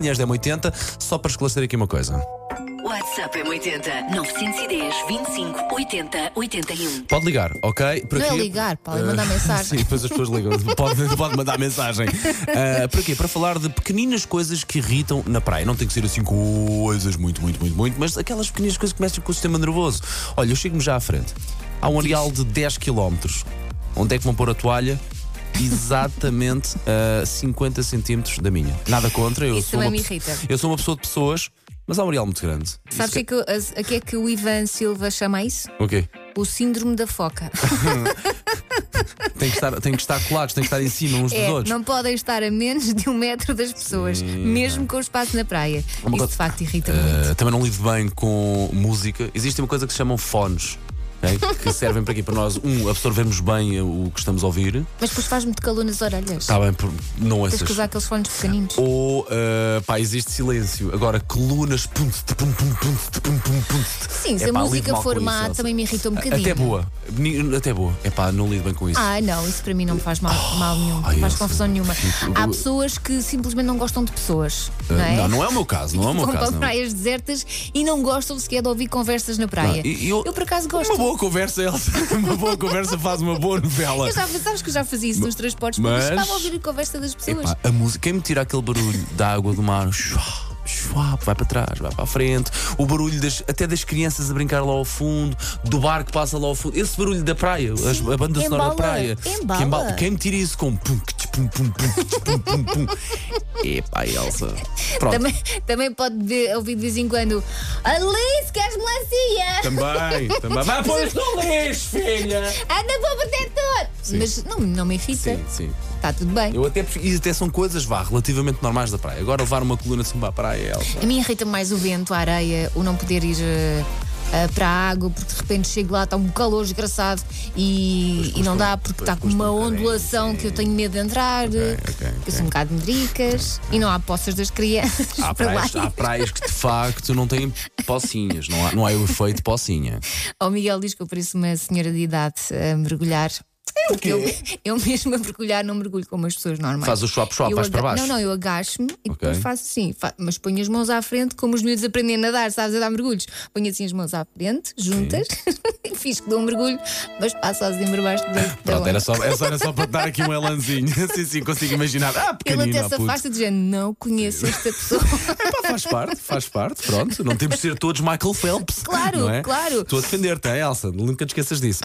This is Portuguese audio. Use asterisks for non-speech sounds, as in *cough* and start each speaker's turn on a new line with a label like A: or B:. A: Manhãs da 80 só para esclarecer aqui uma coisa.
B: WhatsApp é 80 910 25 80 81.
A: Pode ligar, ok? Por
C: Não é
A: aqui-
C: ligar, Paulo, é
A: Eh,
C: mandar mensagem.
A: *laughs* Sim, depois as pessoas ligam. Pode, *laughs* pode mandar mensagem. Eh, por quê? Para falar de pequeninas coisas que irritam na praia. Não tem que ser assim coisas muito, muito, muito, muito, mas aquelas pequeninas coisas que mexem com o sistema nervoso. Olha, eu chego-me já à frente. Há um areal de 10 km. Onde é que vão pôr a toalha? Exatamente a 50 centímetros da minha. Nada contra. Eu
C: Isso
A: sou uma
C: também me
A: pe-
C: irrita.
A: Eu sou uma pessoa de pessoas, mas há um areal muito grande.
C: Sabes o que, é que, eu- a que é que o Ivan Silva chama isso?
A: O quê?
C: O síndrome
A: *laughs*
C: da foca.
A: Tem que estar, tem que estar colados, tem que estar em cima uns
C: *laughs* É,
A: dos outros.
C: não podem estar a menos de um metro das pessoas, mesmo com o espaço na praia.
A: É Uma
C: Isso
A: coisa-
C: de facto irrita muito.
A: Uh, também não lido bem com música. Existe uma coisa que se chamam fones. ok? Que servem para aqui para nós, um, absorvermos bem o que estamos a ouvir.
C: Mas depois faz muito calor nas orelhas.
A: Está Tá bem, por- não é
C: Tens que
A: essas.
C: usar aqueles fones pequeninos.
A: Ou, uh, pá, existe silêncio. Agora, colunas. Pum, tse, pum, pum, pum, tse, pum, pum, pum, tse.
C: Sim, se
A: É
C: a
A: pá, lido
C: música
A: mal com
C: for
A: isso,
C: má,
A: Elsa.
C: também me irrita um bocadinho.
A: Até boa. Ni- Até boa. É pá, não lido bem com isso.
C: Ah, não, isso para mim não me faz mal, mal nenhum, não
A: Ah, ai,
C: faz
A: eu- *laughs*
C: confusão nenhuma.
A: eu-
C: Há pessoas que simplesmente não gostam de pessoas,
A: Uh,
C: não é?
A: Não, não é o meu caso, não é o meu
C: Vão
A: caso.
C: para
A: não.
C: praias desertas e não gostam sequer de ouvir conversas na praia.
A: Não, e- eu-
C: eu por acaso gosto.
A: Uma boa conversa, Elsa. *laughs* Uma boa conversa faz uma boa novela.
C: Eu já, sabes que eu já fazia isso nos transportes
A: Mas-
C: públicos. Estava a ouvir a conversa das pessoas.
A: Epá, a música, quem me tira aquele barulho da água do mar, chuá, chuá, vai para trás, vai para a frente, o barulho das- até das crianças a brincar lá ao fundo, do barco que passa lá ao fundo, esse barulho da praia, as- a banda sonora da
C: embala,
A: praia.
C: embala.
A: Que quem me tira isso com um pum, que tch, pum, pum, pum, que tch, pum, pum,
C: *laughs*
A: pum. Epá, Elsa. Pronto.
C: Também, também pode de- ouvir de vez em quando Alice, queres melancia?
A: Também, também. Vai pôr isto no lixo, filha!
C: Anda para o protetor! Mas não, não me irrita,
A: Sim, sim.
C: está tudo bem.
A: Eu até, prefiro- e até são coisas, vá, relativamente normais da praia. Agora levar uma coluna de samba à praia, Elsa.
C: A mim irrita mais o vento, a areia, o não poder ir eh, eh, para a água, porque de repente chego lá, está um calor desgraçado e, e não dá porque está com uma
A: é
C: ondulação que eu tenho medo de entrar.
A: ok,
C: Eu sou um bocado de medricas e não há poças das crianças
A: Há
C: *laughs* para lá.
A: praias, há praias que de facto não têm pocinhas, não há, não há o efeito pocinha.
C: O Miguel diz que eu pareço uma senhora de idade a mergulhar. Porque eu, *laughs* eu mesmo a mergulhar não mergulho como as pessoas normais.
A: Faz o chop-chop,
C: Eu
A: vais para
C: aga-
A: baixo.
C: Não, não, eu agacho-me e
A: Ok.
C: depois faço assim, fa- mas ponho as mãos à frente, como os miúdos aprendem a nadar, sabes, a dar mergulhos. Ponho assim as mãos à frente, juntas, e *laughs* fiz que dou um mergulho, mas passo sozinho por baixo da- da
A: Pronto,
C: onda.
A: era só, era, só, era só para dar aqui um
C: *laughs*
A: elanzinho. Sim, sim, consigo imaginar. Ah,
C: Ele
A: pequenino,
C: até
A: ah,
C: se
A: puto.
C: afasta dizendo, não conheço esta pessoa.
A: Pá, faz parte, faz parte, pronto. Não temos de ser todos Michael Phelps.
C: Claro,
A: não é?
C: claro.
A: Estou a defender-te, hein, Elsa, nunca te esqueças disso.